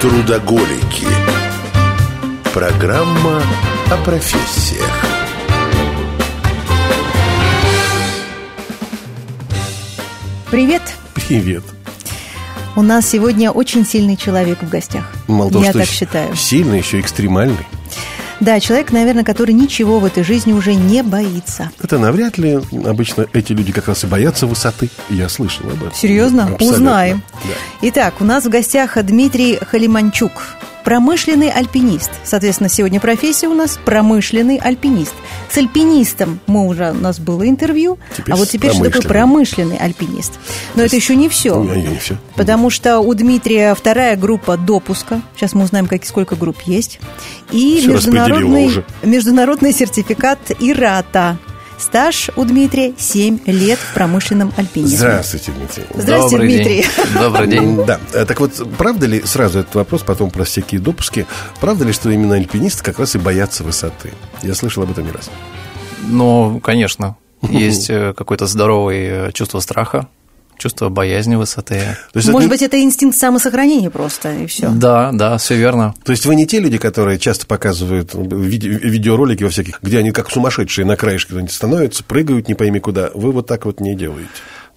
Трудоголики. Программа о профессиях. Привет! Привет. У нас сегодня очень сильный человек в гостях. Мало того, Я что так щ- считаю. Сильный, еще экстремальный. Да, человек, наверное, который ничего в этой жизни уже не боится. Это навряд ли. Обычно эти люди как раз и боятся высоты. Я слышал об этом. Серьезно? Абсолютно. Узнаем. Да. Итак, у нас в гостях Дмитрий Халиманчук, промышленный альпинист. Соответственно, сегодня профессия у нас промышленный альпинист. С альпинистом мы уже у нас было интервью, Теперь а вот с теперь что такое промышленный альпинист? Но это еще не все. Ну, Не, не, не всё. Потому что у Дмитрия вторая группа допуска. Сейчас мы узнаем, как, сколько групп есть. И Всё распределила международный, уже. международный сертификат ИРАТА. Стаж у Дмитрия 7 лет в промышленном альпинизме. Здравствуйте, Дмитрий. Здрасте, Добрый Дмитрий. День. Добрый день. М, Да. Э, Так вот, правда ли, сразу этот вопрос, потом про всякие допуски, правда ли, что именно альпинисты как раз и боятся высоты? Я слышал об этом не раз. Ну, конечно, есть э, какое-то здоровое э, чувство страха, чувство боязни высоты. То есть, это Может не- быть, это инстинкт самосохранения просто, и все. Да, да, все верно. то есть вы не те люди, которые часто показывают виде- видеоролики во всяких, где они как сумасшедшие на краешке где-нибудь становятся, прыгают не пойми куда. Вы вот так вот не делаете.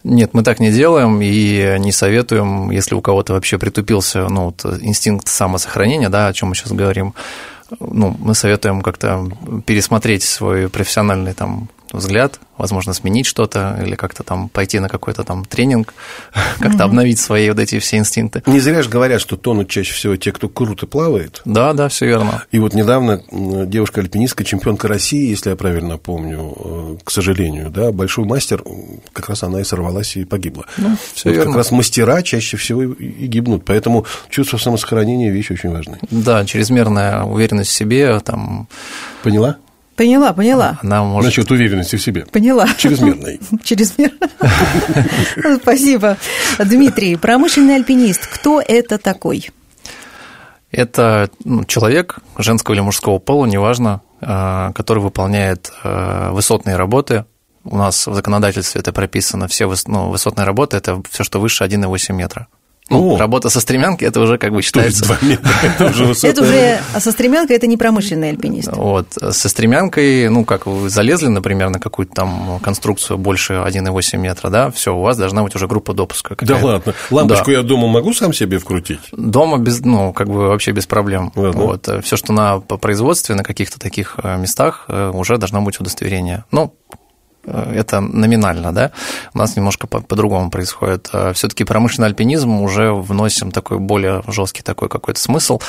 Нет, мы так не делаем и не советуем, если у кого-то вообще притупился ну, вот, инстинкт самосохранения, да, о чем мы сейчас говорим, ну, мы советуем как-то пересмотреть свой профессиональный там взгляд, возможно, сменить что-то или как-то там пойти на какой-то там тренинг, как-то обновить свои вот эти все инстинкты. Не зря же говорят, что тонут чаще всего те, кто круто плавает. Да, да, все верно. И вот недавно м, девушка-альпинистка, чемпионка России, если я правильно помню, э, к сожалению, да, большой мастер, м, как раз она и сорвалась и погибла. всё Вот как верно. раз мастера чаще всего и- и гибнут. Поэтому чувство самосохранения – вещь очень важная. Да, чрезмерная уверенность в себе, там, Поняла? Поняла, поняла. она может... Насчет уверенности в себе. Поняла. Чрезмерной. Чрезмерно. Спасибо. Дмитрий, промышленный альпинист. Кто это такой? Это ну, человек женского или мужского пола, неважно, э, который выполняет э, высотные работы. У нас в законодательстве это прописано. Все выс- ну, высотные работы – это все, что выше 1,8 метра. О. Ну, работа со стремянки – это уже как бы То есть считается... два метра. Это уже Это высота. уже а со стремянкой, это не промышленный альпинист. Вот, со стремянкой, ну, как вы залезли, например, на какую-то там конструкцию больше 1,8 метра, да, все, у вас должна быть уже группа допуска. Да какая-то. ладно. Лампочку Да. я дома могу сам себе вкрутить? Дома без, ну, как бы вообще без проблем. Ладно. Вот. Все, что на п- производстве, на каких-то таких э, местах, э, уже должно быть удостоверение. Ну, э, это номинально, да? У нас немножко по- по-другому происходит. Все-таки промышленный альпинизм уже вносим такой более жесткий такой какой-то смысл.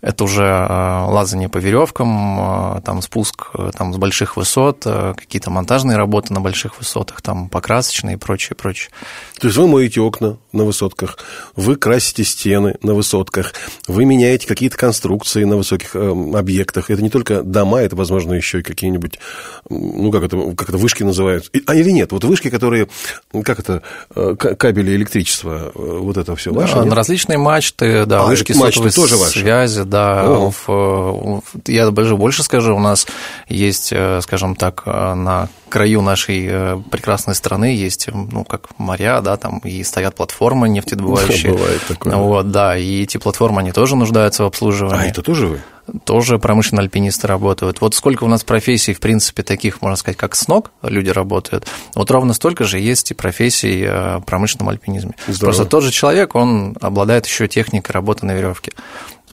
Это уже э, лазание по веревкам, э, там спуск э, там, с больших высот, э, какие-то монтажные работы на больших высотах, там покрасочные и прочее, прочее. То есть вы моете окна на высотках, вы красите стены на высотках, вы меняете какие-то конструкции на высоких эм, объектах. Это не только дома, это, возможно, еще и какие-нибудь, м, ну, как это, как это вышки называются. И- А или нет, вот вышки, которые, ну, как это, э, ка- кабели электричества, э, вот это все ваше. Да, нет? на различные мачты, да, А, вышки мачты сотовой тоже ваши? связи, да. О. в, э, в- я даже больше скажу, у нас есть, э, скажем так, э, на краю нашей э, прекрасной страны есть, э, ну, как моря, да, там и стоят платформы нефтедобывающие. Бывает такое, да. Вот, да, и эти платформы, они тоже нуждаются в А обслуживании. это тоже вы? Тоже промышленные альпинисты работают. Вот сколько у нас профессий, в принципе, таких, можно сказать, как с ног люди работают, вот ровно столько же есть и профессий э, в промышленном альпинизме. Здорово. Просто тот же человек, он обладает еще техникой работы на веревке,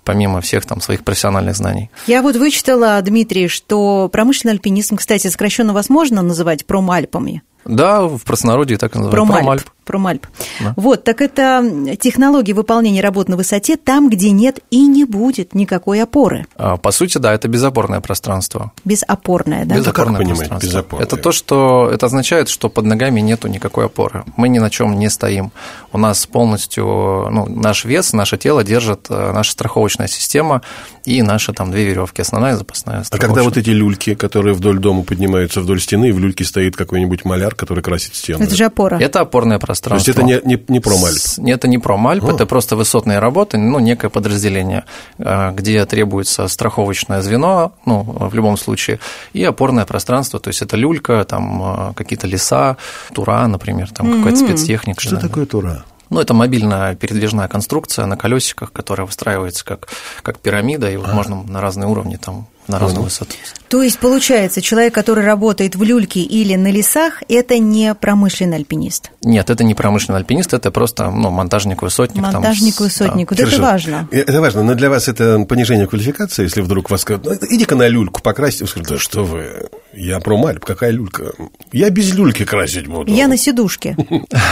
помимо всех там своих профессиональных знаний. Я вот вычитала, Дмитрий, что промышленный альпинизм, кстати, сокращенно вас можно называть промальпами? Да, в простонародье так и называют. Промальп. Промальп. Вот, так это технология выполнения работ на высоте там, где нет и не будет никакой опоры. А, По сути, да, это безопорное пространство. Безопорная, да? Без- Это как Безопорное понимать, пространство. безопорное? Это то, что это означает, что под ногами нету никакой опоры. Мы ни на чем не стоим. У нас полностью ну, наш вес, наше тело держит э, наша страховочная система и наши там две веревки, основная и запасная. А когда вот страховочная. эти люльки, которые вдоль дома поднимаются вдоль стены, и в люльке стоит какой-нибудь маляр, который красит стену? Это же опора. это опорное То есть пространство. это не, не, не промальп? А. С- Нет, это не промальп, это просто высотные работы, ну, некое подразделение, э, где требуется страховочное звено, ну, в любом случае, и опорное пространство, то есть это а, люлька, там э, какие-то леса, тура, например, там какая-то спецтехника. Что да. такое тура? Ну, это мобильная передвижная конструкция на колесиках, которая выстраивается как, как пирамида, и вот А. можно на разные уровни, там, на разную высоту. То есть, получается, человек, который работает в люльке или на лесах, это не промышленный альпинист. Нет, это не промышленный альпинист, это просто ну, монтажник-высотник. там, с- Монтажник-высотник. да. Вот это Хорошо. важно. Э, Это важно, но для вас это понижение квалификации, если вдруг вас скажут, «Ну, иди-ка на люльку покрасить. Вы скажете, да что вы, я промальп, какая люлька? Я без люльки красить буду. Я на сидушке.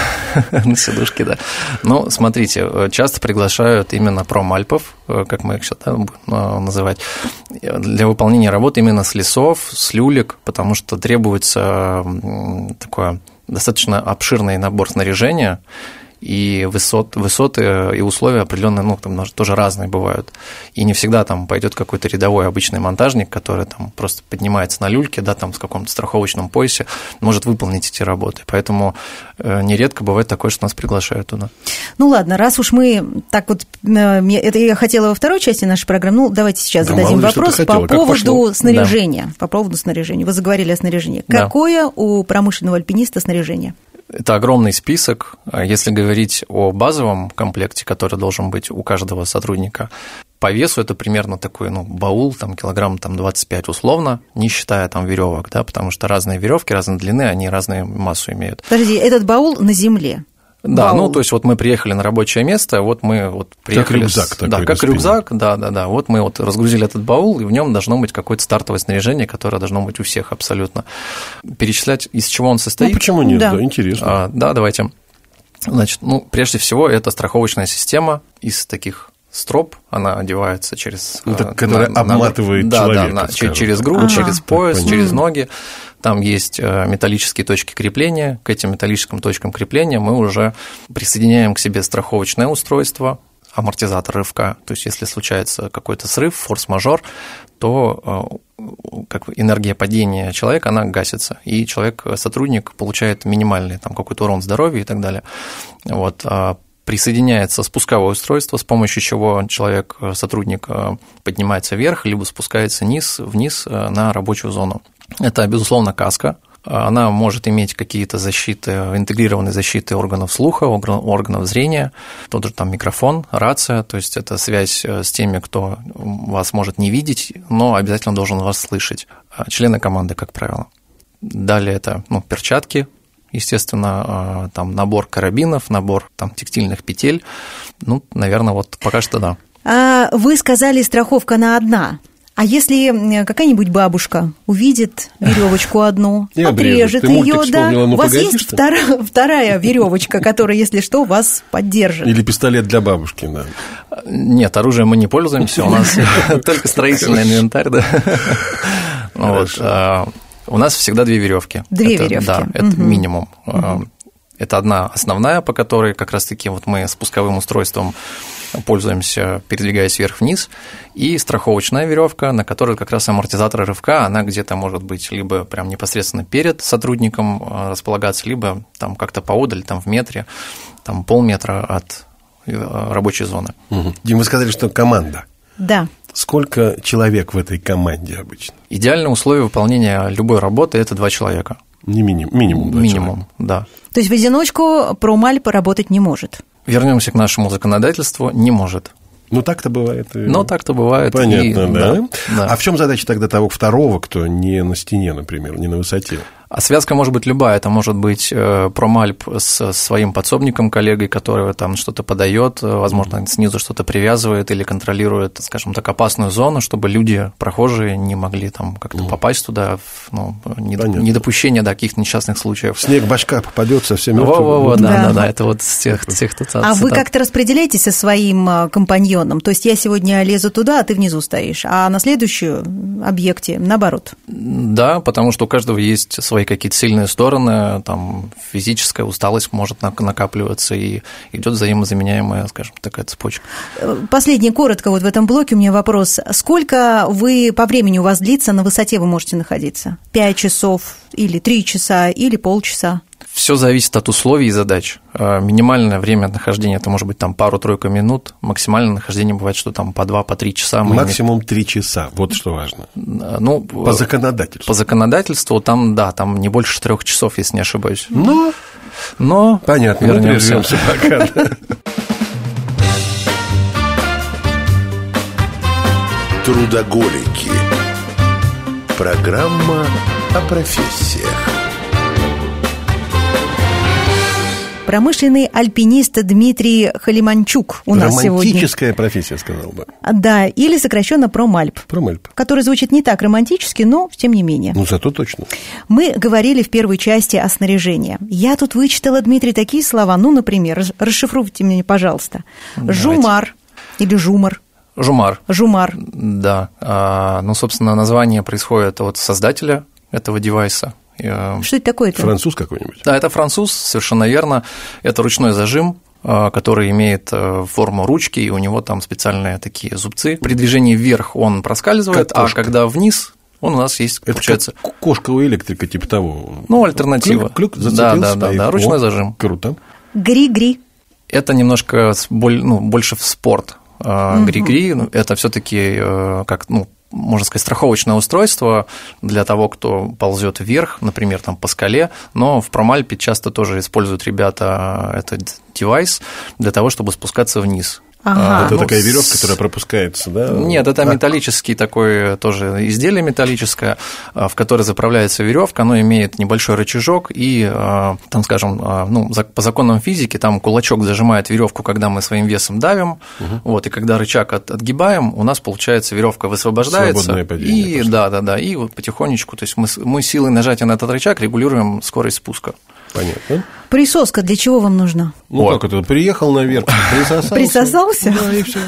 На сидушке, да. Ну, смотрите, э, часто приглашают именно промальпов, э, как мы их сейчас да, будем э, называть, э, для выполнения работ именно с лесов, с люлек, потому что требуется м, такое достаточно обширный набор снаряжения, и высот, высоты э, и условия определенные, ну, там даже тоже разные бывают. И не всегда там пойдет какой-то рядовой обычный монтажник, который там просто поднимается на люльке, да, там с каком-то страховочном поясе, может выполнить эти работы. Поэтому э, нередко бывает такое, что нас приглашают туда. Ну ладно, раз уж мы так вот, э, мне- это я хотела во второй части нашей программы, ну давайте сейчас Да зададим мало ли, что ты вопрос хотела, по как поводу пошло. снаряжения. По поводу снаряжения. Вы заговорили о снаряжении. Да. Какое у промышленного альпиниста снаряжение? Это огромный список. А Если говорить о базовом комплекте, который должен быть у каждого сотрудника, по весу это примерно такой ну, баул, там килограмм там, 25 условно, не считая там веревок, да, потому что разные веревки разной длины, они разную массу имеют. Подожди, этот баул на земле. Да, Баул. ну то есть вот мы приехали на рабочее место, вот мы вот приехали. рюкзак с- такой Да, на как спине. рюкзак, да, да, да. Вот мы вот разгрузили этот баул, и в нем должно быть какое-то стартовое снаряжение, которое должно быть у всех абсолютно. Перечислять, из чего он Ну, состоит. почему нет? Да. Да, интересно. А, да, давайте. Значит, ну, прежде всего, это страховочная система из таких строп, она одевается через... Ну, так, э, которая обматывает да, человека, Да, на- че- скажем через так. грудь, Ага. через пояс, Понятно. через ноги. Там есть э, металлические точки крепления. К этим металлическим точкам крепления мы уже присоединяем к себе страховочное устройство, амортизатор рывка. То есть, если случается какой-то срыв, форс-мажор, то э, как бы энергия падения человека, она гасится, и человек, э, сотрудник, получает минимальный там какой-то урон здоровья и так далее. Вот, а присоединяется спусковое устройство, с помощью чего человек, э, сотрудник э, поднимается вверх, либо спускается вниз, вниз э, на рабочую зону. Это, безусловно, каска. Она может иметь какие-то защиты, э, интегрированные защиты органов слуха, орган- органов зрения, тот же там микрофон, рация, то есть это связь э, с теми, кто м, вас может не видеть, но обязательно должен вас слышать. А Члены команды, как правило. Далее это ну, перчатки, естественно, э, там набор карабинов, набор там текстильных петель. Ну, наверное, вот пока что да. А вы сказали, страховка на одна. А если э, какая-нибудь бабушка увидит веревочку одну, И обрежет. обрежет Ты мультик ее, да, вспомнила, ну, у вас погоди есть ты. вторая, вторая веревочка, которая, если что, вас поддержит. Или пистолет для бабушки, да. Нет, оружием мы не пользуемся, у нас только строительный инвентарь, да. Вот, а, У нас всегда две веревки. Две Это- веревки. Да, это минимум. А, Это одна основная, по которой как раз-таки вот мы спусковым устройством пользуемся, передвигаясь вверх-вниз, и страховочная веревка, на которой как раз амортизатор рывка, она где-то может быть либо прям непосредственно перед сотрудником а, располагаться, либо там как-то поодаль, там в метре, там полметра от э, рабочей зоны. Мгм. Дим, вы сказали, что команда. Да. Сколько человек в этой команде обычно? Идеальное условие выполнения любой работы – это два человека. Не минимум. Минимум. два Минимум, человека. да. То есть в одиночку промаль поработать не может. Вернемся к нашему законодательству. Не может. Ну, так-то бывает. и- Но так-то бывает. Понятно, Ну, и- да. да. А в чем задача тогда того второго, кто не на стене, например, не на высоте? А связка может быть любая. Это может быть э, промальп с своим подсобником, коллегой, который там что-то подает, э, возможно, снизу что-то привязывает или контролирует, скажем так, опасную зону, чтобы люди, прохожие, не могли там как-то попасть туда. в, Ну, не- Понятно. недопущение до каких-то несчастных случаев. В снег башка попадет со всеми. Во-во-во, да, Да. да, да, это вот с тех, тех тут а вы цитат. как-то распределяетесь со своим а, компаньоном? То есть я сегодня лезу туда, а ты внизу стоишь, а на следующую объекте наоборот. Да, потому что у каждого есть свои какие-то сильные стороны, там физическая усталость может нак- накапливаться и идет взаимозаменяемая, скажем, такая цепочка. Э, Последний, коротко, вот в этом блоке у меня вопрос. Сколько вы по времени у вас длится, на высоте вы можете находиться? Пять часов или три часа или полчаса? Все зависит от условий и задач. Э, Минимальное время нахождения это может быть там пару-тройка минут, максимальное нахождение бывает, что там по два, по три часа. А мы не- Максимум три часа. Вот что важно. Э, Ну, э, По по, законодательству. по законодательству там, да, там не больше трех часов, если не ошибаюсь. Ну, Но Понятно, мы вернемся. прервемся пока. да. Трудоголики. Программа о профессиях. Промышленный альпинист Дмитрий Халиманчук у нас сегодня. Романтическая профессия, сказал бы. Да, или сокращенно Промальп, Промальп. который звучит не так романтически, но тем не менее. Ну, зато точно. Мы говорили в первой части о снаряжении. Я тут вычитала, Дмитрий, такие слова. Ну, например, рас- расшифруйте мне, пожалуйста. Жумар или жумар. Жумар. Жумар. Да. А, ну, собственно, название происходит от создателя этого девайса. И, э, Что это такое-то? Француз какой-нибудь. Да, это француз, совершенно верно. Это ручной зажим э, который имеет э, форму ручки, и у него там специальные такие зубцы. При движении вверх он проскальзывает, Как а кошка. когда вниз, он у нас есть, Это получается, как кошка у электрика, типа того. Ну, альтернатива. Клюк, клюк, Да, зацепился, да, да, и- да, ручной О, зажим. Круто. Гри-гри. Это немножко с- боль- ну, больше в спорт. А, Гри-гри ну, это все-таки как, ну, можно сказать, страховочное устройство для того, кто ползет вверх, например, там по скале, но в Промальпе часто тоже используют ребята э, этот девайс для того, чтобы спускаться вниз. Ага. А, это ну, такая с- веревка, которая пропускается, да? Нет, это А, металлический такой э, тоже изделие металлическое, а, в которое заправляется веревка, оно имеет небольшой рычажок и, а, там, скажем, а, ну, за- по законам физики, там кулачок зажимает веревку, когда мы своим весом давим, вот, и когда рычаг от- отгибаем, у нас получается веревка высвобождается Свободное падение и просто. да, да, да, и вот потихонечку, то есть мы, с- мы силой нажатия на этот рычаг регулируем скорость спуска. Понятно. Присоска для чего вам нужна? Ну, как это? Приехал наверх, присосался. Присосался? Да, и все.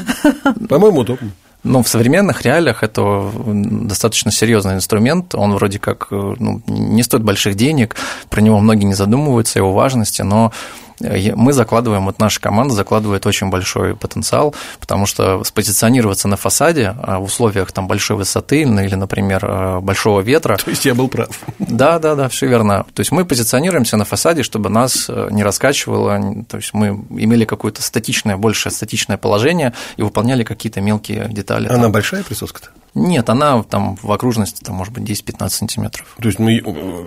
По-моему, удобно. Ну, в современных реалиях это м, достаточно серьезный инструмент. Он вроде как э, ну, не стоит больших денег, про него многие не задумываются, его важности, но э, я- мы закладываем, вот наша команда закладывает очень большой потенциал, потому что спозиционироваться на фасаде а, в условиях там большой высоты ну, или, например, э, большого ветра, То есть я был прав. да, да, да, все верно. То есть мы позиционируемся на фасаде, чтобы нас э, не раскачивало, н- то есть мы имели какое-то статичное, больше статичное положение и выполняли какие-то мелкие детали. Она большая присоска-то? Нет, она там в окружности, там, может быть, 10-15 сантиметров. То есть мы э,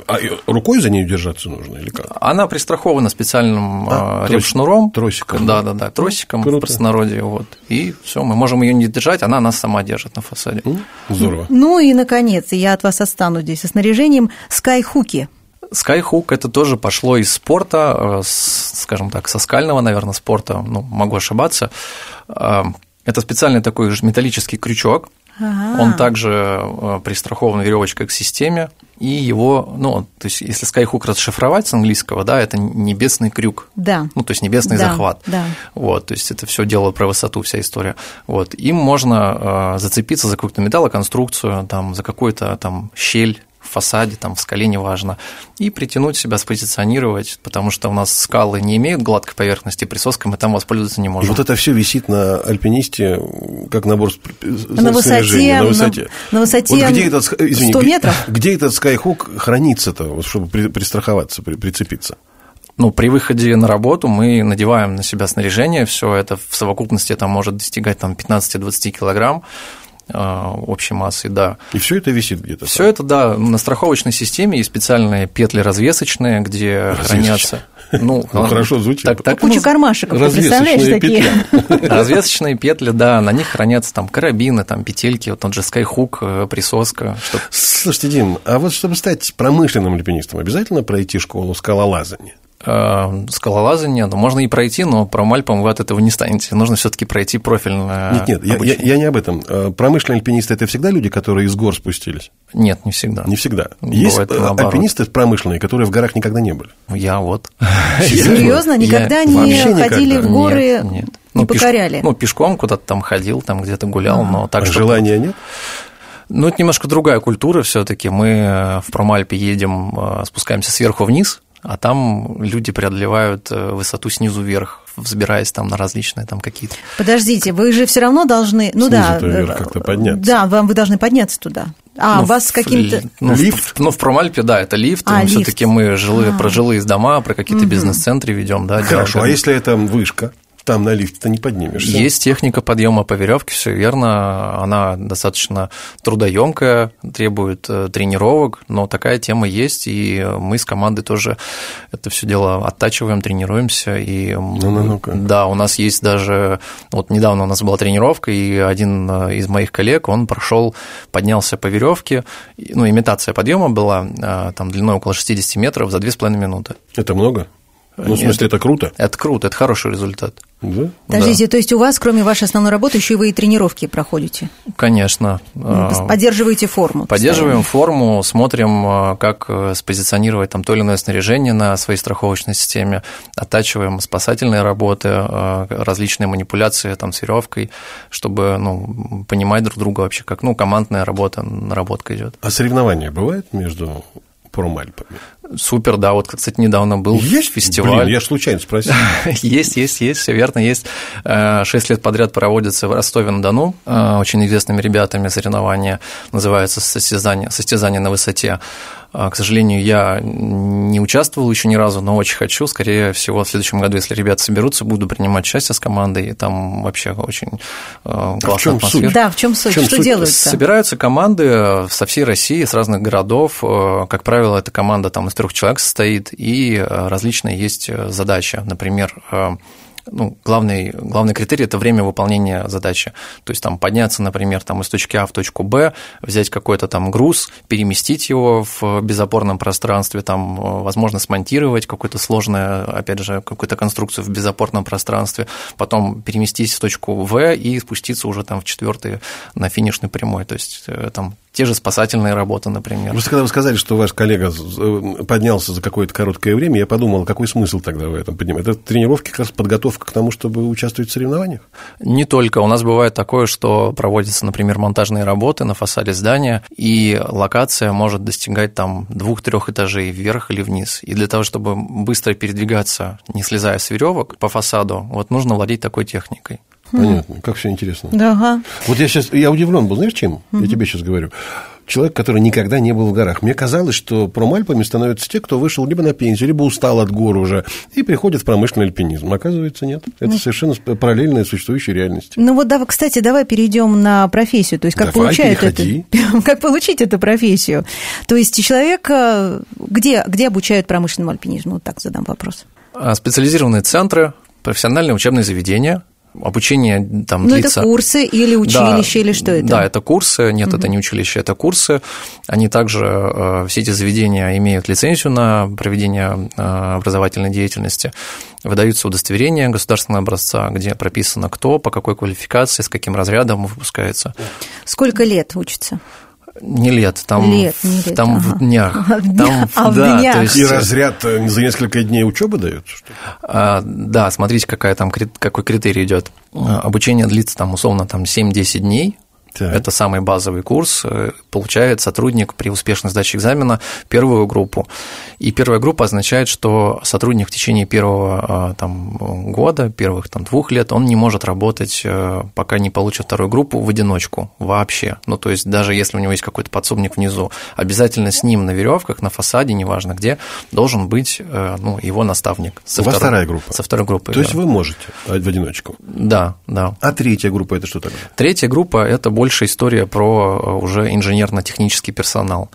а, э, рукой за ней держаться нужно или как? Она пристрахована специальным А, а, трос- шнуром тросиком. Да, да, да, тросиком Круто. в простонародье. Вот. И все, мы можем ее не держать, она нас сама держит на фасаде. Здорово. Ну и, наконец, я от вас отстану здесь со снаряжением скайхуки. Скайхук это тоже пошло из спорта, э, с- скажем так, со скального, наверное, спорта, ну, могу ошибаться. Э, Это специальный такой же металлический крючок. Ага. Он также э, пристрахован веревочкой к системе, и его, ну, то есть, если Skyhook расшифровать с английского, да, это небесный крюк. Да. Ну, то есть небесный Да, захват. да. Вот, то есть это все дело про высоту, вся история. Вот, им можно э, зацепиться за какую-то металлоконструкцию, там, за какую-то там щель в фасаде, там, в скале, неважно, и притянуть себя, спозиционировать, потому что у нас скалы не имеют гладкой поверхности, присоской мы там воспользоваться не И можем. вот это все висит на альпинисте, м, как набор сп- э, На снаряжения, высоте, на высоте. на- на высоте Вот где этот, ска- извини, 100 где- метров? Где этот скайхук хранится-то, вот, чтобы при- пристраховаться, при- прицепиться? Ну, при выходе на работу мы надеваем на себя снаряжение, все это в совокупности там может достигать там 15-20 килограмм э, общей массы, да. И все это висит где-то. Все это, да, на страховочной системе есть специальные петли развесочные, где хранятся. Ну, Ну, а, хорошо звучит. Так, так, Куча кармашек, ты представляешь, развесочные такие? развесочные петли, да, на них хранятся там карабины, там петельки, вот тот же скайхук, э, присоска, чтоб Слушайте, Дим, а вот чтобы стать промышленным альпинистом, обязательно пройти школу скалолазания? э, скалолазание, ну, можно и пройти, но промальпом вы от этого не станете. Нужно все-таки пройти профильное Нет, нет, я, я- обучение. я не об этом. Э, Промышленные альпинисты – это всегда люди, которые из гор спустились? Нет, не всегда. Не всегда. Бывает Есть э, А. Ну, наоборот. альпинисты промышленные, которые в горах никогда не были. Я вот. Серьезно? Я Никогда не вообще ходили никогда. в горы, Нет, нет. не Ну, пеш- покоряли? Ну, пешком куда-то там ходил, там где-то гулял, но так, А чтобы- желания нет? Ну, это немножко другая культура все-таки. Мы э, в Промальпе едем, э, спускаемся сверху вниз, а там люди преодолевают э, высоту снизу вверх, взбираясь там на различные там какие-то. Подождите, вы же все равно должны... Ну да. Снизу-то вверх как-то подняться. Да, вам вы должны подняться туда. А, Ну, вас с в- каким-то... ну, в- Лифт? ну, в Промальпе, да, это лифт. А, лифт. А. все-таки мы жилые, про жилые дома, про какие-то бизнес-центры ведем, да. Хорошо, диалог. а если это вышка? Там на лифте-то не поднимешься. Есть техника подъема по веревке, все верно. Она достаточно трудоемкая, требует э, тренировок, но такая тема есть, и мы с командой тоже это все дело оттачиваем, тренируемся. И, м, Ну, ну, ну-ка. Да, у нас есть даже... Вот недавно у нас была тренировка, и один э, из моих коллег, он прошел, поднялся по веревке, и, ну, имитация подъема была, э, там, длиной около 60 метров за 2,5 минуты. Это много? Ну, в Нет. смысле, это круто? Это круто, это хороший результат. Да? Подождите, то есть у вас, кроме вашей основной работы, еще и вы и тренировки проходите? Конечно. Ну, А. Э, Поддерживаете форму? Поддерживаем форму, смотрим, э, как э, спозиционировать там то или иное снаряжение на своей страховочной системе, оттачиваем спасательные работы, э, различные манипуляции там с веревкой, чтобы ну, понимать друг друга вообще, как ну, командная работа, наработка идет. А соревнования бывают между промальпами? Супер, да, вот, кстати, недавно был Ну, фестиваль. Блин, я ж случайно спросил. Есть, есть, есть, все верно, есть. Э, Шесть лет подряд проводится в Ростове-на-Дону э, очень известными ребятами соревнования, называется «Состязание, состязание на высоте». Э, К сожалению, я не участвовал еще ни разу, но очень хочу. Скорее всего, в следующем году, если ребята соберутся, буду принимать участие с командой, и там вообще очень э, классная чем атмосфера. суть? Да, в чем суть? В чем что суть? делается? Собираются команды э, со всей России, с разных городов. Э, Как правило, эта команда там из трех человек состоит, и э, различные есть э, задачи. Например, э, ну, главный, главный критерий – это время выполнения задачи. То есть там подняться, например, там, из точки А в точку Б, взять какой-то там груз, переместить его в безопорном пространстве, там, э, возможно, смонтировать какую-то сложную, опять же, какую-то конструкцию в безопорном пространстве, потом переместись в точку В и спуститься уже там в четвертый на финишной прямой. То есть э, там те же спасательные работы, например. Просто когда вы сказали, что ваш коллега э, поднялся за какое-то короткое время, я подумал, какой смысл тогда в этом поднимать? Это тренировки как раз подготовка к тому, чтобы участвовать в соревнованиях? Не только. У нас бывает такое, что проводятся, например, монтажные работы на фасаде здания, и локация может достигать там двух-трех этажей вверх или вниз. И для того, чтобы быстро передвигаться, не слезая с веревок по фасаду, вот нужно владеть такой техникой. Понятно, как все интересно. Да, ага. Вот я сейчас, я удивлен был, знаешь, чем? Я тебе сейчас говорю. Человек, который никогда не был в горах. Мне казалось, что промальпами становятся те, кто вышел либо на пенсию, либо устал от гор уже, и приходит в промышленный альпинизм. Оказывается, нет. Это совершенно с- параллельная существующей реальности. Ну вот, да, кстати, давай перейдем на профессию. То есть, как Давай, получают переходи. это- как получить эту профессию? То есть, человек, э, где, где обучают промышленному альпинизму? Вот так задам вопрос. А Специализированные центры, профессиональные учебные заведения, обучение там Ну, длится... это курсы или училище, Да, или что это? Да, это курсы, нет, это не училище, это курсы. Они также, э, все эти заведения имеют лицензию на проведение э, образовательной деятельности, выдаются удостоверения государственного образца, где прописано кто, по какой квалификации, с каким разрядом выпускается. Сколько лет учится? Не лет, там, Лет, в- не лет, там ага. в днях. В днях, Там в- а в да, днях. То есть, И разряд э, за несколько дней учебы дают? Что ли? А, Да, смотрите, какая там, крит- какой критерий идет. А, Обучение длится там условно там 7-10 дней. Так. Это самый базовый курс. э, Получает сотрудник при успешной сдаче экзамена первую группу. И первая группа означает, что сотрудник в течение первого а, там, года, первых там, двух лет, он не может работать, э, пока не получит вторую группу в одиночку вообще. Ну, то есть даже если у него есть какой-то подсобник внизу, обязательно с ним на веревках, на фасаде, неважно где, должен быть э, ну, его наставник. Со У вас второй- вторая группа? Со второй группы. То есть да. вы можете а, в одиночку. Да, да. А третья группа это что такое? Третья группа – это больше история про э, уже инженерно-технический персонал.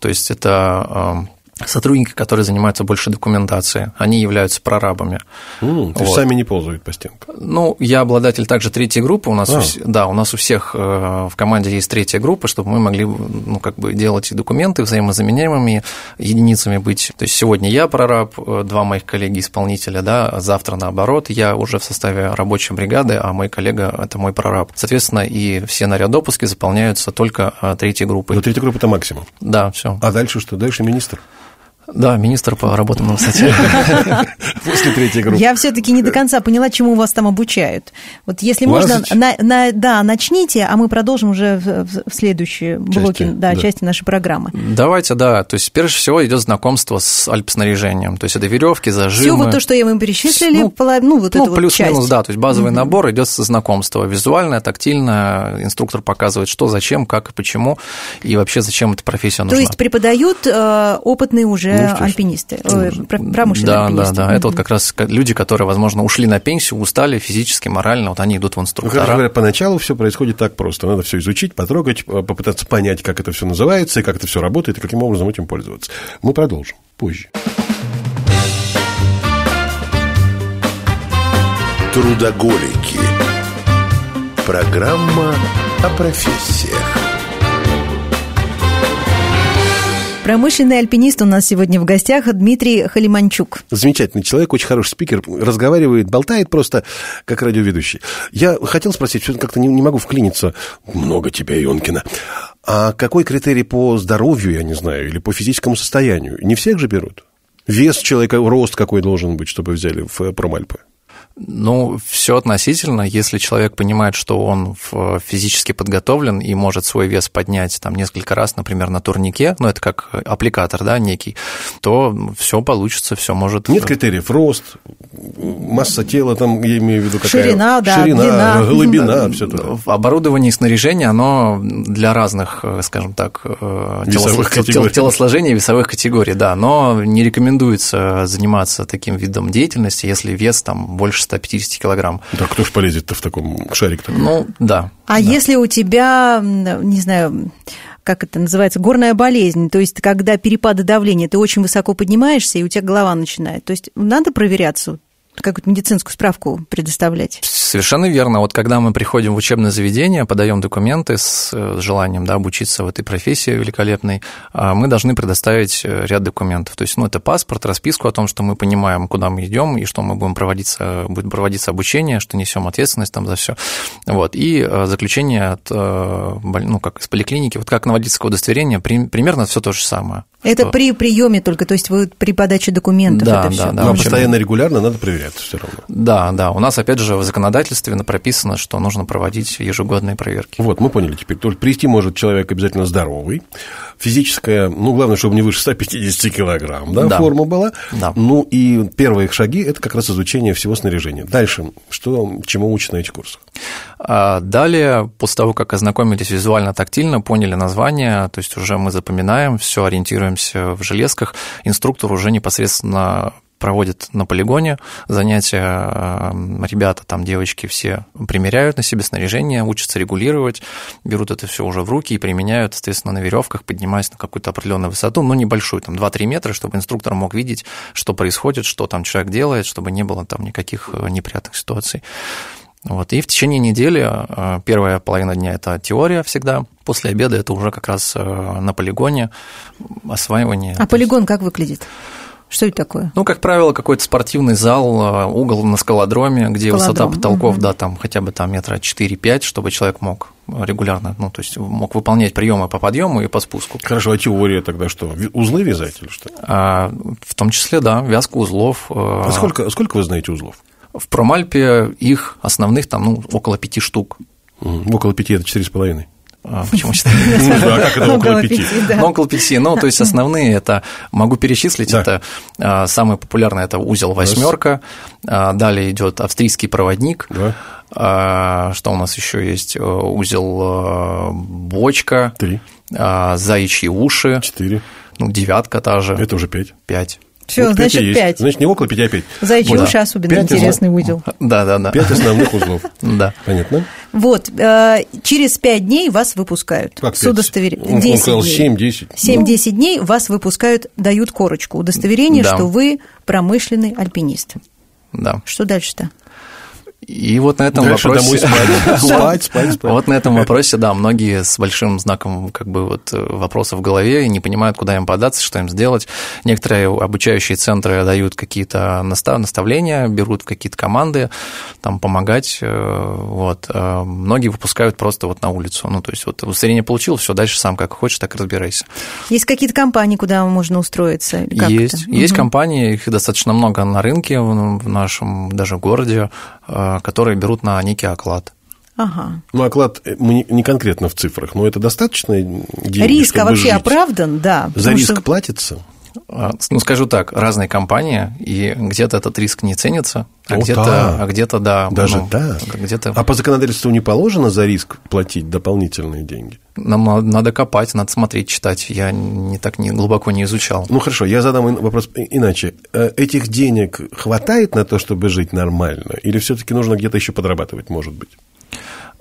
То есть это э, сотрудники, которые занимаются больше документацией. Они являются прорабами. М, То есть Вот. ну, сами не ползают по стенкам. Ну, я обладатель также третьей группы. У нас, А. у вс- да, у нас у всех э, в команде есть третья группа, чтобы мы могли, ну, как бы делать и документы взаимозаменяемыми единицами быть. То есть сегодня я прораб, э, два моих коллеги исполнителя, да, а завтра наоборот, я уже в составе рабочей бригады, а мой коллега это мой прораб. Соответственно, и все нарядопуски заполняются только э, третьей группой. Но Ну, третья группа это максимум. Да, все. А дальше что? Дальше министр. Да, министр по работам ну, на высоте. После третьей группы. Я все-таки не до конца поняла, чему вас там обучают. Вот если можно, Лазать? на- на- да, начните, а мы продолжим уже в, в- в следующие блоки, да, да. части нашей программы. Давайте, да. То есть, прежде всего, идет знакомство с альпснаряжением. То есть, это веревки, зажимы. Все вот то, что я вам перечислили, Ну, пола- ну, вот ну, эту вот плюс-минус, часть. да. То есть базовый набор идет со знакомства. Визуальное, тактильное. Инструктор показывает, что, зачем, как и почему. И вообще, зачем эта профессия То нужна. есть преподают э, опытные уже уже альпинисты, э, пр- промышленные Ну, да, альпинисты. Да, да, Это вот Мгм. как раз к- люди, которые, возможно, ушли на пенсию, устали физически, морально, вот они идут в Ну, короче инструктора. говоря, поначалу все происходит так просто. Надо все изучить, потрогать, э, попытаться понять, как это все называется, и как это все работает, и каким образом этим пользоваться. Мы продолжим позже. Трудоголики. Программа о профессиях. Промышленный альпинист у нас сегодня в гостях Дмитрий Халиманчук. Замечательный человек, очень хороший спикер, разговаривает, болтает просто, как радиоведущий. Я хотел спросить, все как-то не, не могу вклиниться. Много тебя, Ионкина. А какой критерий по здоровью, я не знаю, или по физическому состоянию? Не всех же берут? Вес человека, рост какой должен быть, чтобы взяли в э, промальпы? Ну, все относительно. Если человек понимает, что он в- физически подготовлен и может свой вес поднять там несколько раз, например, на турнике, ну, это как аппликатор, да, некий, то все получится, все может... Нет критериев. Рост, масса тела, там, я имею в виду, какая... Ширина, да, ширина, длина. глубина, все это. В оборудовании и снаряжение, оно для разных, э, скажем так, э, Весовых телосло- тел- категорий. телосложений и весовых категорий, да, но не рекомендуется заниматься таким видом деятельности, если вес там больше 150 килограмм. Да кто ж полезет-то в таком шарик такой? Ну, да. А если у тебя, м, не знаю, как это называется, горная болезнь, то есть когда перепады давления, ты очень высоко поднимаешься, и у тебя голова начинает. То есть надо проверяться, какую-то медицинскую справку предоставлять. Совершенно верно. Вот когда мы приходим в учебное заведение, подаем документы с э, желанием да, обучиться в этой профессии великолепной, а мы должны предоставить э, ряд документов. То есть, ну, это паспорт, расписку о том, что мы понимаем, куда мы идем и что мы будем проводиться, будет проводиться обучение, что несем ответственность там за все. Вот. И э, заключение от, э, боль- ну, как из поликлиники, вот как на водительское удостоверение, при- примерно все то же самое. Это Что- при приеме только, то есть вы при подаче документов Да, это все. да, да. Но в общем- Ну, а постоянно, регулярно надо проверяться все равно. Да, да. У нас, опять же, в законодательстве прописано, что нужно проводить ежегодные проверки. Вот, мы поняли теперь. Только прийти может человек обязательно здоровый, физическая, ну, главное, чтобы не выше 150 килограмм, да, Да. форма была. Да. Ну, и первые их шаги – это как раз изучение всего снаряжения. Дальше, что, чему учат на этих курсах? А Далее, после того, как ознакомились визуально-тактильно, поняли название, то есть уже мы запоминаем, все ориентируемся в железках, инструктор уже непосредственно проводит на полигоне занятия, э, ребята там, девочки все примеряют на себе снаряжение, учатся регулировать, берут это все уже в руки и применяют, соответственно, на веревках, поднимаясь на какую-то определенную высоту, но небольшую, там 2-3 метра, чтобы инструктор мог видеть, что происходит, что там человек делает, чтобы не было там никаких э, неприятных ситуаций. Вот. И в течение недели э, первая половина дня – это теория всегда, после обеда это уже как раз э, на полигоне м, осваивание. А полигон как выглядит? Что это такое? Ну, как правило, какой-то спортивный зал, э, угол на скалодроме, где высота Скалодром, потолков, мгм. да, там хотя бы там метра 4-5, чтобы человек мог регулярно, ну, то есть мог выполнять приемы по подъему и по спуску. Хорошо, а теория тогда что? Ви- Узлы вязать или что? А, в том числе, да, вязка узлов. э, А сколько, сколько вы знаете узлов? В Промальпе их основных там, ну, около пяти штук. М, Около пяти – это четыре с половиной. А, Почему считаю? Ну да, как это около Около пяти? пяти, да. Ну, около пяти. Ну, то есть основные это могу перечислить. Да. Это а, самое популярное это узел восьмерка. А, Далее идет австрийский проводник. Да. А, Что у нас еще есть? Э, Узел э, бочка. Три. А, Заячьи уши. Четыре. Ну, девятка та же. Это уже пять. Пять. Все, Вот пять и значит, есть. пять. Значит, не около пяти, а пять. Заячьи Вот. уши особенно Пять узлов. интересный удел. Да, да, да. Пять основных узлов. Да. Понятно? Вот, э, через пять дней вас выпускают. Как С пять? удостовер- Он- он 10 сказал дней. семь, 10. 7-10 дней вас выпускают, дают корочку, удостоверение, Да. что вы промышленный альпинист. Да. Что дальше-то? И вот на этом Дальше вопросе... домой спать. Спать, спать, спать. Вот на этом вопросе, да, многие с большим знаком как бы вот э, вопроса в голове и не понимают, куда им податься, что им сделать. Некоторые обучающие центры дают какие-то наста- наставления, берут в какие-то команды, там, помогать, э, вот. Э, Многие выпускают просто вот на улицу. Ну, то есть вот удостоверение получил, все, дальше сам как хочешь, так разбирайся. Есть какие-то компании, куда можно устроиться? Или как есть, это? есть Мгм. компании, их достаточно много на рынке в в нашем даже городе, э, которые берут на некий оклад. Ага. Ну, оклад э, мы не- не конкретно в цифрах, но это достаточно денег, Риск а чтобы жить? вообще оправдан, да. За потому риск что- платится? Ну, скажу так, разные компании, и где-то этот риск не ценится, а О, где-то, да. а где-то да. Даже ну, так? Где-то А по законодательству не положено за риск платить дополнительные деньги? нам на- надо копать, надо смотреть, читать. Я не так не, глубоко не изучал. Ну хорошо, я задам ин- вопрос и- иначе. Э, Этих денег хватает на то, чтобы жить нормально? Или все-таки нужно где-то еще подрабатывать, может быть?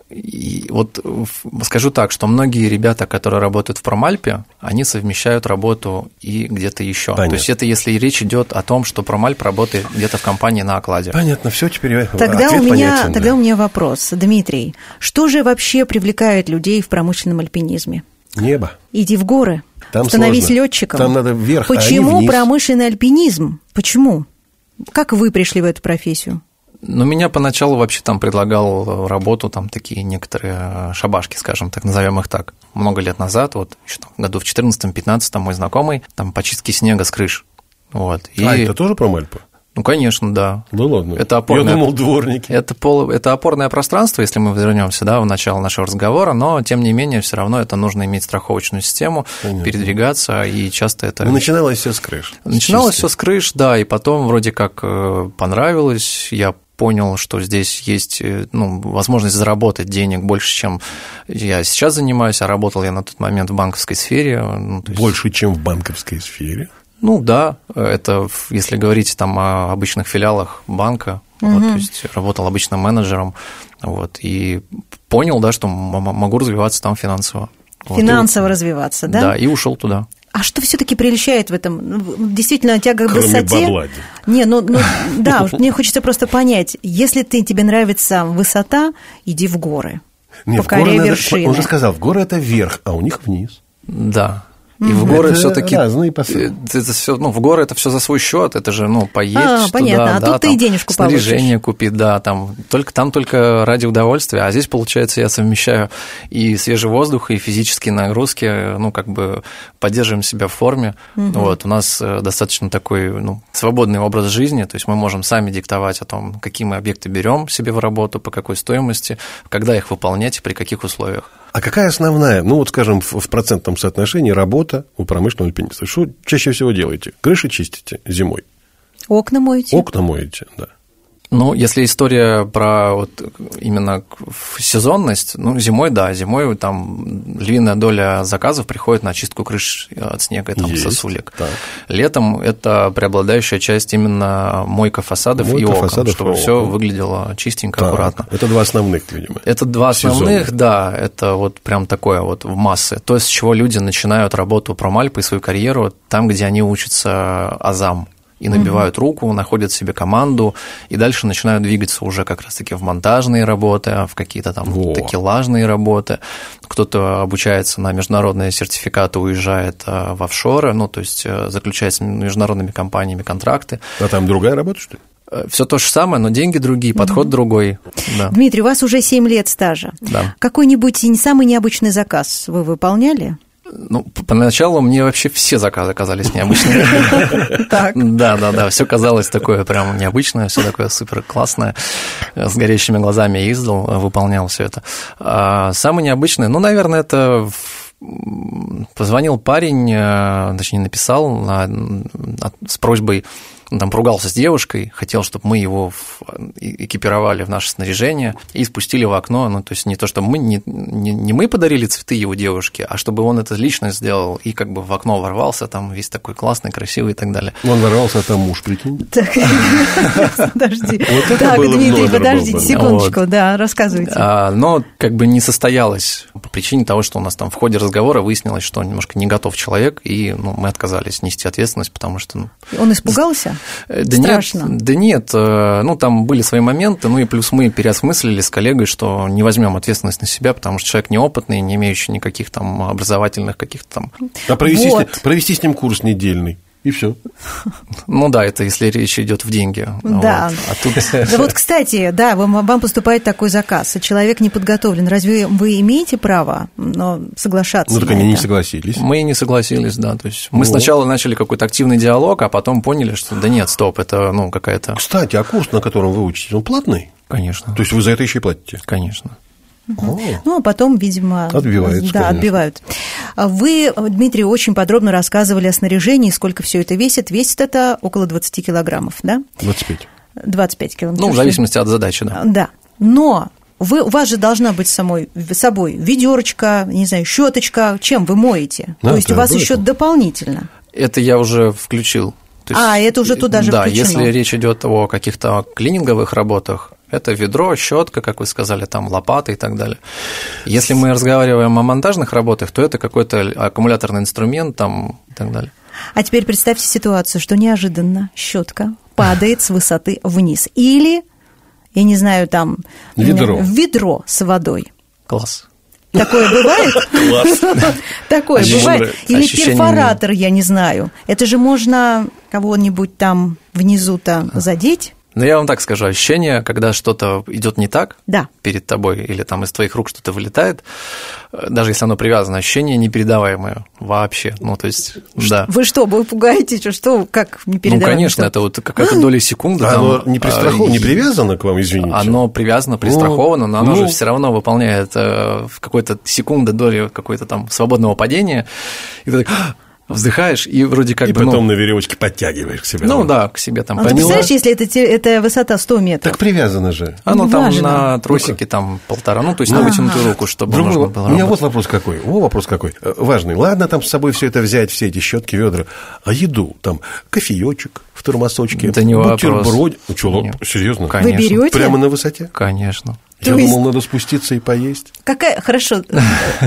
И вот в- скажу так, что многие ребята, которые работают в Промальпе, они совмещают работу и где-то еще. Понятно. То есть это если речь идет о том, что Промальп работает где-то в компании на окладе. Понятно, все, теперь я- Тогда, ответ у, меня, понятен, тогда да. у меня вопрос, Дмитрий. Что же вообще привлекает людей в промышленном альпинизме? Небо. Иди в горы, Там становись сложно. летчиком. Там надо вверх, а они Почему вниз. промышленный альпинизм? Почему? Как вы пришли в эту профессию? Ну, меня поначалу вообще там предлагал э, работу, там такие некоторые э, шабашки, скажем так, назовем их так. Много лет назад, вот еще там, году в 14-15 мой знакомый, там по чистке снега с крыш. Вот. И, А это тоже промальпа? Ну, конечно, да. Ну ладно. Это опорная- Я думал, дворники. Это, пол, это опорное пространство, если мы вернемся да, в начало нашего разговора, но тем не менее, все равно это нужно иметь страховочную систему, Понятно. передвигаться, и часто это Ну, начиналось все с крыш. Начиналось С все чистки. с крыш, да, и потом вроде как э, понравилось. Я понял, что здесь есть э, ну, возможность заработать денег больше, чем я сейчас занимаюсь, а работал я на тот момент в банковской сфере. ну, то есть- Больше, чем в банковской сфере. Ну да, э, это в- если говорить там о обычных филиалах банка, вот, то есть работал обычным менеджером, вот, и понял, да, что м- м- могу развиваться там финансово. Вот, и Финансово развиваться, да? Да, и ушел туда. А что все-таки прельщает в этом? Ну, в- Действительно, тяга к Кроме высоте. бабла. Не, ну, ну, да, уж мне хочется просто понять, если ты, тебе нравится высота, иди в горы. Нет, в покоряй горы надо- вершины. Он же сказал, в горы это вверх, а у них вниз. Да. И в горы Это все-таки ну разные посылы. Это все, ну, в горы это все за свой счет, это же, ну, поедешь А, туда, понятно, а да, тут ты там и денежку снаряжение купи, да, там только там только ради удовольствия, а здесь получается я совмещаю и свежий воздух, и физические нагрузки, ну, как бы поддерживаем себя в форме. Вот у нас э, достаточно такой ну, свободный образ жизни, то есть мы можем сами диктовать о том, какие мы объекты берем себе в работу, по какой стоимости, когда их выполнять и при каких условиях. А какая основная, ну вот скажем, в, в процентном соотношении работа у промышленного альпиниста? Что чаще всего делаете? Крыши чистите зимой, Окна моете? окна моете, да. Ну, если история про вот именно к- в сезонность, ну, зимой, да, зимой там львиная доля заказов приходит на чистку крыш э, от снега, и там, Есть, сосулек. так. Летом это преобладающая часть именно мойка фасадов и Мойка окон, фасадов и чтобы окон. все выглядело чистенько, Так, аккуратно. Это два основных, видимо. Это два основных, Сезонных. да, это вот прям такое вот в массы. То, с чего люди начинают работу промальпы и свою карьеру там, где они учатся азам и набивают руку, находят себе команду, и дальше начинают двигаться уже как раз-таки в монтажные работы, в какие-то там Во. такелажные работы. Кто-то обучается на международные сертификаты, уезжает э, в офшоры, ну, то есть э, заключает с международными компаниями контракты. А там другая работа, что ли? Все то же самое, но деньги другие, подход другой. Да. Дмитрий, у вас уже 7 лет стажа. Да. Какой-нибудь и не самый необычный заказ вы выполняли? Ну, п- поначалу мне вообще все заказы казались необычными. Так. Да, да, да. Все казалось такое прям необычное, все такое супер классное. С горящими глазами я ездил, выполнял все это. А Самое необычное, ну, наверное, это в- м, позвонил парень, э, точнее, написал на- от- с просьбой он там поругался с девушкой, хотел, чтобы мы его в- и- экипировали в наше снаряжение и спустили в окно. Ну, то есть не то, чтобы мы, не, не, не мы подарили цветы его девушке, а чтобы он это лично сделал и как бы в окно ворвался, там весь такой классный, красивый и так далее. Он ворвался, а там муж, прикинь. Так, подожди. Вот это Так, было бы Дмитрий, номер был подождите бы. секундочку, да, рассказывайте. А, но как бы не состоялось по причине того, что у нас там в ходе разговора выяснилось, что он немножко не готов человек, и ну, мы отказались нести ответственность, потому что... ну, Он испугался? Э, Да Страшно. Нет, да нет, э, ну там были свои моменты, ну и плюс мы переосмыслили с коллегой, что не возьмем ответственность на себя, потому что человек неопытный, не имеющий никаких там образовательных каких-то там... А провести, Вот. с ним, провести с ним курс недельный. И все. Ну да, это если речь идет в деньги. Да. Вот. А тут... Да вот, кстати, да, вам, вам поступает такой заказ, и человек не подготовлен. Разве вы имеете право но соглашаться? Ну, так на они не это? согласились. Мы и не согласились, да. То есть мы Ну. сначала начали какой-то активный диалог, а потом поняли, что да нет, стоп, это ну какая-то. Кстати, а курс, на котором вы учитесь, он платный? Конечно. То есть вы за это еще и платите? Конечно. О, Ну, а потом, видимо... Отбивают, Да, конечно. отбивают. А Вы, Дмитрий, очень подробно рассказывали о снаряжении, сколько все это весит. Весит это около 20 килограммов, да? 25. 25 килограммов. Ну, в зависимости от задачи, да. Да. Но вы, у вас же должна быть самой, собой ведерочка, не знаю, щеточка, чем вы моете. Да, То есть у да, вас было еще такое. дополнительно. Это я уже включил. То э, А, это уже туда же Да, включено. если речь идет о каких-то клининговых работах, это ведро, щетка, как вы сказали, там лопата и так далее. Если мы разговариваем о монтажных работах, то это какой-то аккумуляторный инструмент там и так далее. А теперь представьте ситуацию, что неожиданно щетка падает с высоты вниз. Или, я не знаю, там... Ведро. Ведро с водой. Класс. Такое бывает? Класс. Такое Ощущение- бывает. Или ощущение- перфоратор, я не знаю. Это же можно кого-нибудь там внизу-то задеть. Но я вам так скажу, ощущение, когда что-то идет не так Да. перед тобой, или там из твоих рук что-то вылетает, э, даже если оно привязано, ощущение непередаваемое вообще. Ну, то есть, да. Вы что, вы пугаете, что- что, как не передавать? Ну, конечно, это вот какая-то доля секунды. А там, Оно не, пристраховано, а, не и- привязано к вам, извините? Оно привязано, пристраховано, но оно ну. же все равно выполняет э, в какой-то секунды доли какой-то там свободного падения. И ты так «Ах!» вздыхаешь, и вроде как И бы. потом ну, на веревочке подтягиваешь к себе. ну да, к себе там А ты подняла. представляешь, если это, те- это высота 100 метров? Так привязано же. Оно там важно. на тросике там полтора, ну то есть на вытянутую руку, чтобы Другой можно воп- было У меня работать. вот вопрос какой. О, вопрос какой. Э, Важный. Ладно, там с собой все это взять, все эти щетки, ведра. А еду? Там кофеечек в термосочке, Это не вопрос. бутербродик. Ну, чё, Не. серьезно? Конечно. Вы берете? Прямо на высоте? Конечно. То Я есть- думал, надо спуститься и поесть. Какая, хорошо,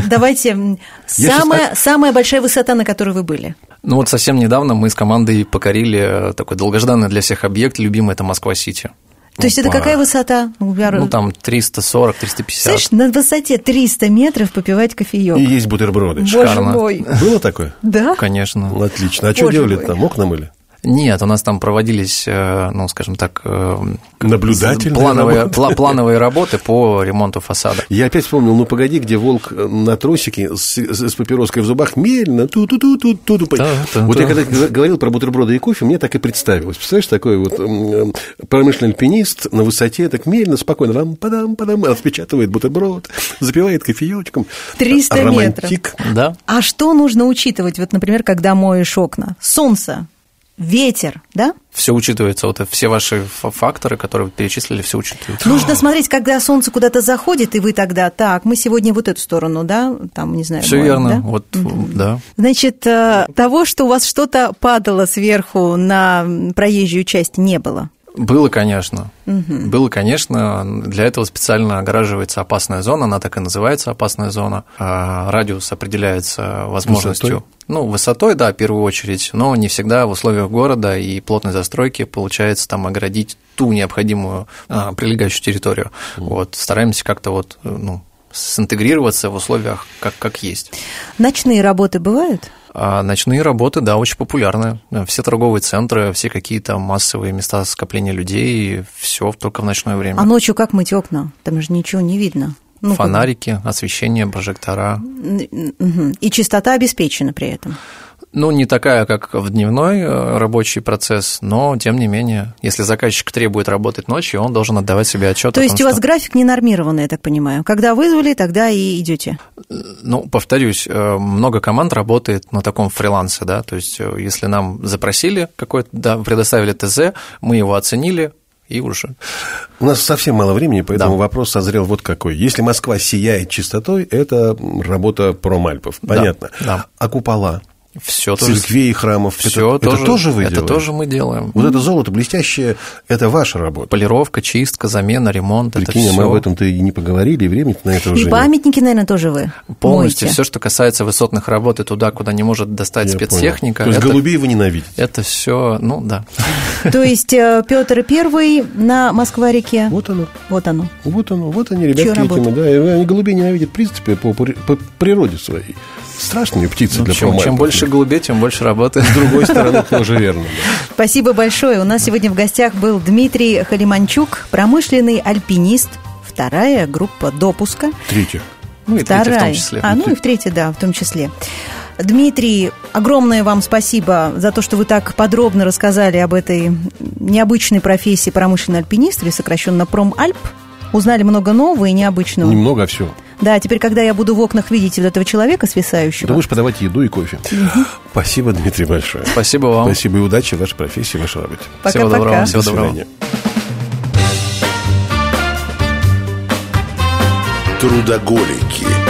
давайте, м, Я щас самая, самая большая высота, на которой вы были? Ну вот совсем недавно мы с командой покорили э, такой долгожданный для всех объект, любимый это Москва-Сити. То есть это Опа. какая высота? Я- Ну там 340-350. Слышь, на высоте 300 метров попивать И кофеек. есть бутерброды. Боже шикарно. мой. Было такое? Да? Конечно. Ну, Отлично. А что Боже делали мой. там? Окна мыли? Нет, у нас там проводились, э, ну, скажем так, э, Наблюдательные плановые, работы. пла- плановые работы по ремонту фасада. Я опять вспомнил, ну погоди, где волк э, на тросике с, с папироской в зубах медленно ту ту ту ту ту ту Да-да-да. Вот я когда г- говорил про бутерброды и кофе, мне так и представилось. Представляешь, такой вот м, э, промышленный альпинист на высоте так медленно, спокойно, там, падам, падам, отпечатывает бутерброд, запивает кофеечком. 300 метров. Романтик. Да? А что нужно учитывать, вот, например, когда моешь окна? Солнце, ветер, да? Все учитывается, вот все ваши фа- факторы, которые вы перечислили, все учитывается. Нужно смотреть, когда солнце куда-то заходит, и вы тогда, так, мы сегодня вот эту сторону, да, там, не знаю. Все моем, верно, да? вот, да. Значит, э, того, что у вас что-то падало сверху на м, проезжую часть, не было. Было, конечно. Было, конечно. Для этого специально огораживается опасная зона, она так и называется опасная зона. А, Радиус определяется возможностью. Высотой? Ну, высотой, да, в первую очередь, но не всегда в условиях города и плотной застройки получается там оградить ту необходимую а, прилегающую территорию. Вот, стараемся как-то вот, э, ну, синтегрироваться в условиях как, как есть. Ночные работы бывают? А ночные работы, да, очень популярны. Все торговые центры, все какие-то массовые места скопления людей, все только в ночное время. А ночью как мыть окна? Там же ничего не видно. Ну, как- Фонарики, освещение, прожектора. М, мгм. И чистота обеспечена при этом. Ну, не такая, как в дневной э, рабочий процесс, но, тем не менее, если заказчик требует работать ночью, он должен отдавать себе отчет. То есть у вас график ненормированный, я так понимаю. Когда вызвали, тогда и идете. Ну, повторюсь, э, много команд работает на таком фрилансе, да, то есть э, если нам запросили какое-то, да, предоставили ТЗ, мы его оценили, и уже У нас совсем мало времени, поэтому Да. вопрос созрел вот какой. Если Москва сияет чистотой, это м, работа промальпов. Да, Понятно. да. А купола? все Церквей и храмов. Все это, это тоже вы делаете? Это тоже мы делаем. Вот это золото блестящее, это ваша работа. Полировка, чистка, замена, ремонт. Прикинь, это а все мы об этом-то и не поговорили, и времени на это уже и нет. памятники, наверное, тоже вы моете. полностью все, что касается высотных работ и туда, куда не может достать Я спецтехника. понял. То есть это, голубей вы ненавидите? все, ну да. То есть э, Петр Первый на Москва-реке. Вот оно, Вот оно. вот оно, вот они, ребятки эти, работа? да, и они голубей ненавидят, в принципе, по, при- по природе своей. Страшные птицы для Ну, Чем, промальпов. чем больше голубей, тем больше работы. С другой стороны, тоже верно. да. Спасибо большое. У нас сегодня в гостях был Дмитрий Халиманчук, промышленный альпинист, вторая группа допуска. Третье. Ну и третий в Вторая. том числе. А, ну и в третьей, да, в том числе. Дмитрий, огромное вам спасибо за то, что вы так подробно рассказали об этой необычной профессии промышленный альпинист или сокращенно промальп. Узнали много нового и необычного. Немного, а все. Да, теперь, когда я буду в окнах видеть вот этого человека свисающего... Ты будешь подавать еду и кофе. Спасибо, Дмитрий, большое. Спасибо вам. Спасибо и удачи в вашей профессии, в вашей работе. Всего доброго. Пока-пока. Всего До доброго. свидания. Трудоголики.